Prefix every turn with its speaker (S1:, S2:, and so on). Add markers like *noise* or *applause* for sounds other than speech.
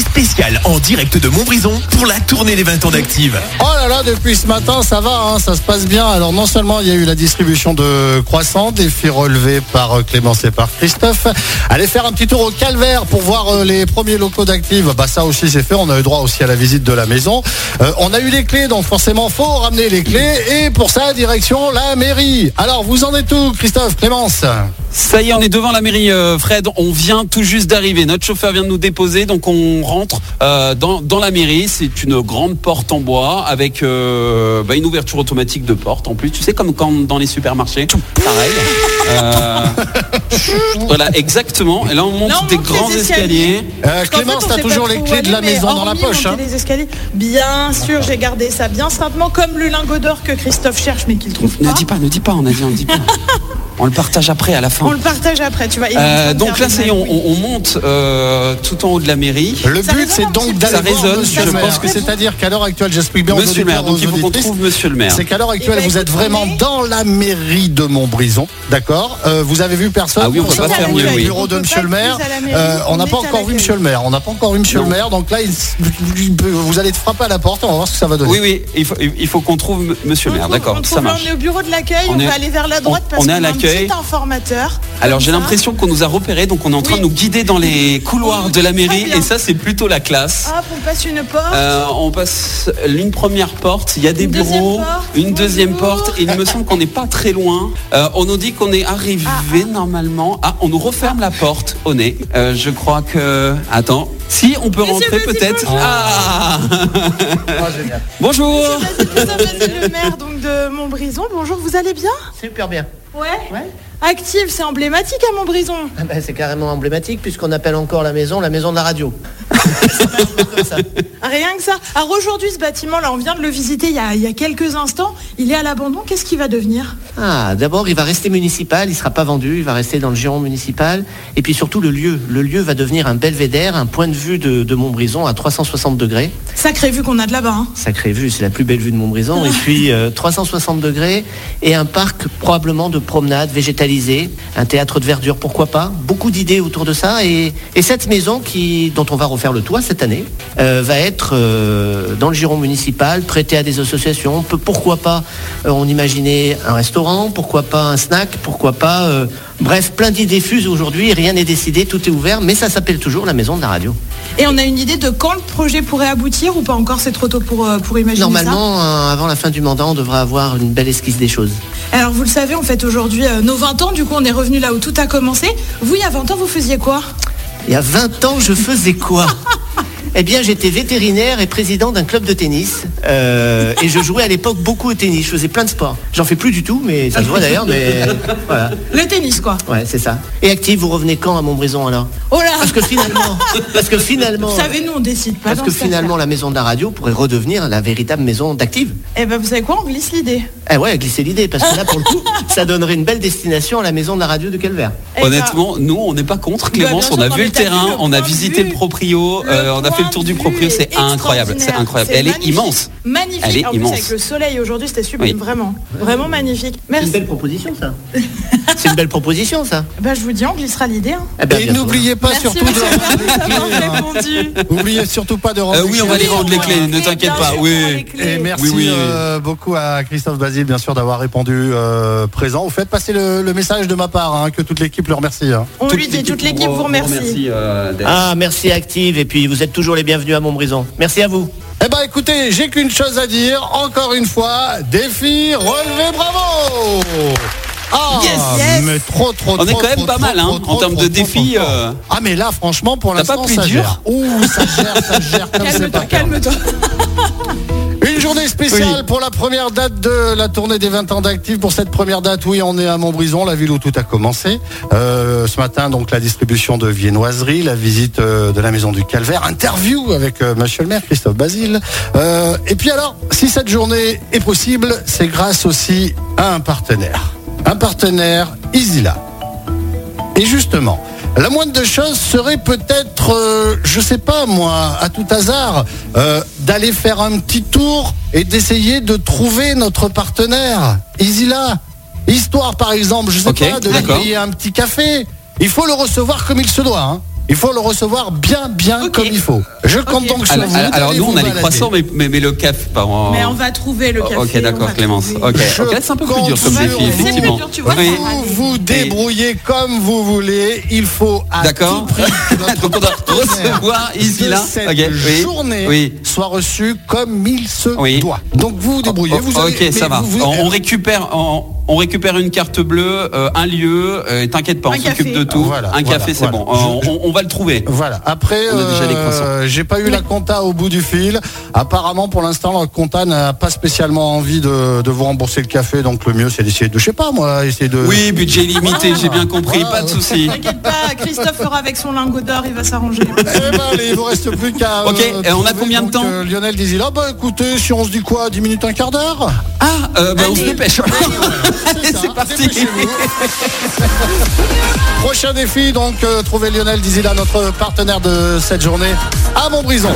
S1: spécial en direct de Montbrison pour la tournée des 20 ans d'Active.
S2: Oh là là, depuis ce matin, ça va, hein, ça se passe bien. Alors non seulement il y a eu la distribution de croissants, défi relevé par euh, Clémence et par Christophe. Allez faire un petit tour au Calvaire pour voir euh, les premiers locaux d'Active. Bah ça aussi c'est fait, on a eu droit aussi à la visite de la maison. Euh, on a eu les clés, donc forcément faut ramener les clés. Et pour ça, direction la mairie. Alors vous en êtes où, Christophe, Clémence Euh,
S3: Ça y est, on est devant la mairie, euh, Fred. On vient tout juste d'arriver. Notre chauffeur vient de nous déposer, donc on rentre euh, dans, dans la mairie. C'est une grande porte en bois avec euh, bah, une ouverture automatique de porte en plus. Tu sais, comme quand dans les supermarchés. Pareil.
S4: *laughs*
S3: Euh, voilà, exactement. Et là, on monte
S4: Là, on
S3: des
S4: monte les
S3: grands
S4: escaliers.
S3: escaliers.
S2: Euh,
S4: Parce qu'en
S2: Clémence,
S4: fait, on
S2: t'as
S4: sait pas
S2: toujours les
S4: trop où
S2: clés de la
S4: aller, mais
S2: maison dans la
S4: hormis
S2: poche.
S4: monter
S2: hein.
S4: les escaliers. Bien sûr, j'ai gardé ça bien simplement, comme le lingot d'or que Christophe cherche mais qu'il trouve
S3: Ne
S4: pas.
S3: dis pas, ne dis pas, on a dit, on ne dit pas. On le partage après, à la fin.
S4: On le partage après, tu vois. il est en train
S3: Euh,
S4: de
S3: donc
S4: faire
S3: là,
S4: des
S3: ça y est, on,
S4: magouilles.
S3: on- on monte euh, tout en haut de la mairie.
S2: Le
S4: Ça
S2: but,
S4: résonne
S2: c'est
S4: un
S2: donc
S4: petit peu.
S2: d'aller
S3: Ça
S2: voir
S3: résonne,
S2: Monsieur
S3: je
S2: le
S3: pense
S2: maire.
S3: que c'est-
S2: C'est-à-dire qu'à l'heure actuelle, j'explique bien aux
S3: Monsieur le
S2: auditeurs,
S3: maire, donc
S2: aux
S3: il faut qu'on
S2: auditrices,
S3: trouve monsieur le maire.
S2: C'est qu'à l'heure actuelle,
S4: Eh ben,
S2: vous êtes
S4: écoutez-
S2: vraiment dans la mairie de Montbrison, d'accord Euh, Vous avez vu personne
S3: Ah oui, on
S2: pour
S3: peut pas
S2: savoir
S3: faire
S2: où
S3: mieux,
S2: est le
S3: oui.
S2: bureau
S4: On
S2: de
S4: peut
S2: Monsieur
S4: pas
S2: le maire.
S4: être plus à la mairie,
S2: Euh, on n'a
S4: on
S2: pas
S4: est à
S2: encore
S4: la
S2: vu Monsieur le maire. On n'a pas encore vu Monsieur le
S3: Non.
S2: maire. Donc là, il- vous allez frapper à la porte. On va voir ce que ça va donner.
S3: Oui, oui, il faut, il faut qu'on trouve m- monsieur
S4: On
S3: le maire,
S4: trouve-
S3: d'accord, ça
S4: on trouve là,
S3: marche.
S4: On est au bureau de l'accueil,
S3: On
S4: on,
S3: est-
S4: va aller vers la droite
S3: on-
S4: parce
S3: on est à
S4: qu'on a un
S3: l'accueil.
S4: petit informateur.
S3: Alors
S4: Comme
S3: j'ai
S4: ça.
S3: l'impression qu'on nous a repérés, donc on est en train
S4: Oui.
S3: de nous guider dans les couloirs de la
S4: Très
S3: mairie,
S4: bien. Ah,
S3: et ça c'est plutôt la classe.
S4: Hop, on passe une porte.
S3: Euh, on passe l'une première porte, il y a des
S4: Une deuxième
S3: bureaux,
S4: porte,
S3: une deuxième
S4: bonjour.
S3: porte, et il me semble qu'on n'est pas très loin. Euh, on nous dit qu'on est arrivé normalement. Ah, on nous referme la porte au nez. Euh, je crois que... Attends. Si, on peut
S4: Monsieur
S3: rentrer
S4: Petit,
S3: peut-être.
S4: bonjour.
S3: Ah *laughs* Bonjour
S4: Vas-y, Christophe, vas-y, le maire donc, de Montbrison. Bonjour, vous allez bien
S5: Super bien.
S4: Ouais.
S5: Ouais.
S4: Active, c'est emblématique à Montbrison.
S5: Ah bah, c'est carrément emblématique puisqu'on appelle encore la maison la maison de la radio.
S4: Rien que ça. Alors aujourd'hui, ce bâtiment-là, on vient de le visiter il y a, il y a quelques instants. Il est à l'abandon. Qu'est-ce qu'il va devenir
S5: *laughs* Ah, d'abord, il va rester municipal, il sera pas vendu, il va rester dans le giron municipal. Et puis surtout, le lieu. Le lieu va devenir un belvédère, un point de vue de, de Montbrison à 360 degrés.
S4: Sacré vue qu'on a de là-bas. hein.
S5: Sacrée vue, c'est la plus belle vue de Montbrison. Et puis, euh, 360 degrés et un parc probablement de promenade végétalisée, un théâtre de verdure, pourquoi pas. Beaucoup d'idées autour de ça. Et, et cette maison qui, dont on va refaire le toit cette année euh, va être euh, dans le giron municipal, prêtée à des associations. On peut, pourquoi pas, euh, on imaginait un restaurant, pourquoi pas un snack, pourquoi pas... euh, bref, plein d'idées fusent aujourd'hui. Rien n'est décidé, tout est ouvert, mais ça s'appelle toujours la maison de la radio.
S4: Et on a une idée de quand le projet pourrait aboutir ou pas encore C'est trop tôt pour, euh, pour imaginer ça.
S5: Normalement, euh, avant la fin du mandat, on devrait avoir une belle esquisse des choses.
S4: Alors vous le savez, on fête aujourd'hui euh, nos 20 ans, du coup on est revenu là où tout a commencé. Vous, il y a 20 ans, vous faisiez quoi
S5: Il y a 20 ans, je
S2: *laughs*
S5: faisais quoi Eh bien, j'étais vétérinaire et président d'un club de tennis. euh, et je jouais à l'époque beaucoup au tennis. Je faisais plein de sports. J'en fais plus du tout, mais ça se voit d'ailleurs.
S2: *laughs*
S5: Mais voilà,
S4: Le tennis, quoi.
S5: ouais, c'est ça. Et Active, vous revenez quand à Montbrison alors
S4: Oh là
S5: Parce que finalement, parce que finalement,
S4: Vous savez, nous, on décide pas.
S5: parce
S4: dans
S5: que
S4: cette
S5: finalement, la maison de la radio pourrait redevenir la véritable maison d'Active.
S4: affaire. Eh ben, vous savez quoi On glisse l'idée.
S5: Eh ouais, glissez l'idée, parce que là, pour
S4: *laughs*
S5: le coup, ça donnerait une belle destination à la maison de la radio de Calvaire.
S4: Eh ben,
S3: Honnêtement, nous, on n'est pas contre Clémence.
S4: Bah, bien
S3: on a
S4: sûr,
S3: vu
S4: non,
S3: le
S4: mais t'as vu
S3: terrain,
S4: le
S3: on
S4: point
S3: a
S4: de
S3: visité
S4: vue.
S3: le proprio, euh, on a fait le tour du
S4: point de vue
S3: proprio, c'est
S4: est
S3: incroyable, c'est
S4: extraordinaire.
S3: incroyable.
S4: C'est
S3: Elle est
S4: magnifique.
S3: immense.
S4: Magnifique.
S3: Elle est
S4: en plus,
S3: immense.
S4: avec le soleil aujourd'hui, c'était sublime,
S3: Oui.
S4: vraiment. Vraiment magnifique.
S5: C'est une
S4: Merci.
S5: belle proposition, ça. C'est une belle proposition, ça.
S4: Ben, je vous dis, on glissera l'idée. hein.
S5: Eh ben,
S2: Et
S5: bien sûr.
S2: n'oubliez pas
S4: Merci,
S2: surtout
S4: monsieur
S2: de.
S4: Bernard,
S3: *laughs*
S4: d'avoir répondu.
S2: N'oubliez surtout pas de rendre.
S3: Euh, oui, on va
S2: les
S3: les
S2: clés.
S3: rendre les
S4: on
S3: clés,
S4: va
S3: ne
S4: les
S3: t'inquiète
S4: clés,
S3: pas.
S4: bien sûr, on va les
S3: Oui.
S4: clés.
S2: Et merci
S3: Oui, oui, oui.
S2: euh, beaucoup à Christophe Basile, bien sûr, d'avoir répondu euh, présent. Vous faites passer le, le message de ma part, hein, que toute l'équipe le remercie. hein.
S4: On lui dit, toute l'équipe vous remercie.
S3: euh, d'être-
S5: Ah, merci Active, et puis vous êtes toujours les bienvenus à Montbrison. Merci à vous.
S2: Eh ben écoutez, j'ai qu'une chose à dire, encore une fois, défi relevé, bravo ah,
S3: Yes, yes.
S2: mais trop, trop,
S3: On est
S2: trop,
S3: quand même
S2: trop,
S3: pas
S2: trop,
S3: mal, hein,
S2: trop, trop,
S3: en termes
S2: trop,
S3: de
S2: trop,
S3: défis,
S2: trop, trop.
S3: euh.
S2: Ah, mais là, franchement, pour
S3: T'as pas
S2: l'instant,
S3: plus
S2: ça
S3: dur
S2: gère. Ouh, ça gère, ça gère comme c'est pas
S4: Calme-toi,
S2: permis.
S4: calme-toi.
S2: Une journée spéciale
S3: Oui.
S2: pour la première date de la tournée des 20 ans d'actifs. Pour cette première date, oui, on est à Montbrison, la ville où tout a commencé. Euh, ce matin, donc, la distribution de viennoiseries, la visite euh, de la maison du Calvaire, interview avec euh, monsieur le maire, Christophe Basile. Euh, et puis alors, si cette journée est possible, c'est grâce aussi à un partenaire. Un partenaire, Isila. Et justement, la moindre des choses serait peut-être, euh, je sais pas moi, à tout hasard, euh, d'aller faire un petit tour et d'essayer de trouver notre partenaire, Isila. Histoire par exemple, je sais
S3: Ok,
S2: pas, de lui
S3: d'accord.
S2: payer un petit café. Il faut le recevoir comme il se doit. hein. Il faut le recevoir bien, bien
S4: Ok.
S2: comme il faut. Je compte
S4: Ok.
S2: donc sur
S3: Alors,
S2: vous.
S3: alors,
S2: d'aller
S3: nous,
S2: vous
S3: on a les
S2: balader.
S3: croissants, mais, mais, mais le café, par *laughs*
S4: Mais on va trouver le café.
S3: Oh, ok,
S4: on
S3: d'accord,
S4: va
S3: Clémence.
S4: trouver.
S3: Ok,
S2: Je
S3: ok, là, c'est un peu plus
S2: compte
S3: dur comme
S2: sur
S3: défi,
S2: vous.
S3: effectivement.
S4: C'est plus dur, tu vois,
S3: Oui.
S4: ça
S2: Vous vous débrouillez comme vous voulez. Il faut à
S3: D'accord. *laughs*
S2: tout prix que *laughs* notre
S3: Donc on doit
S2: partenaire
S3: recevoir ici
S2: de
S3: là.
S2: cette
S3: Ok, oui.
S2: journée
S3: Oui.
S2: soit reçu comme il se
S3: Oui.
S2: doit. Donc vous vous débrouillez. vous
S3: Oh,
S2: allez-
S3: ok, ça
S2: mais
S3: va.
S2: vous- vous-
S3: on, on récupère, on, on récupère une carte bleue, euh, un lieu. euh, et T'inquiète pas, on
S4: Un
S3: s'occupe
S4: café.
S3: de tout.
S2: Ah, Voilà,
S3: un
S2: voilà,
S3: café, c'est
S2: voilà.
S3: bon. Euh, on, on va le trouver.
S2: Voilà. Après,
S3: On a déjà les
S2: euh,
S3: croissants.
S2: j'ai pas eu la compta au bout du fil. Apparemment, pour l'instant, la compta n'a pas spécialement envie de, de vous rembourser le café. Donc le mieux, c'est d'essayer de, je sais pas moi, essayer de.
S3: Oui, budget limité, j'ai bien compris,
S2: Ah,
S3: pas de
S2: ouais.
S3: souci.
S4: T'inquiète pas, Christophe fera avec son lingot d'or, il va s'arranger.
S2: Eh ben, allez, il vous reste plus qu'à.
S3: *laughs* Ok, et on a
S2: trouver,
S3: combien de
S2: donc,
S3: temps
S2: euh, Lionel disait là, bah écoutez, si on se dit quoi, 10 minutes, un quart d'heure
S3: Ah, euh, bah, on se
S4: Allez.
S3: dépêche. Allez,
S2: ça,
S3: c'est parti.
S2: dépêchez-vous. Prochain défi, donc, euh, trouver Lionel Dizila, notre partenaire de cette journée, à Montbrison.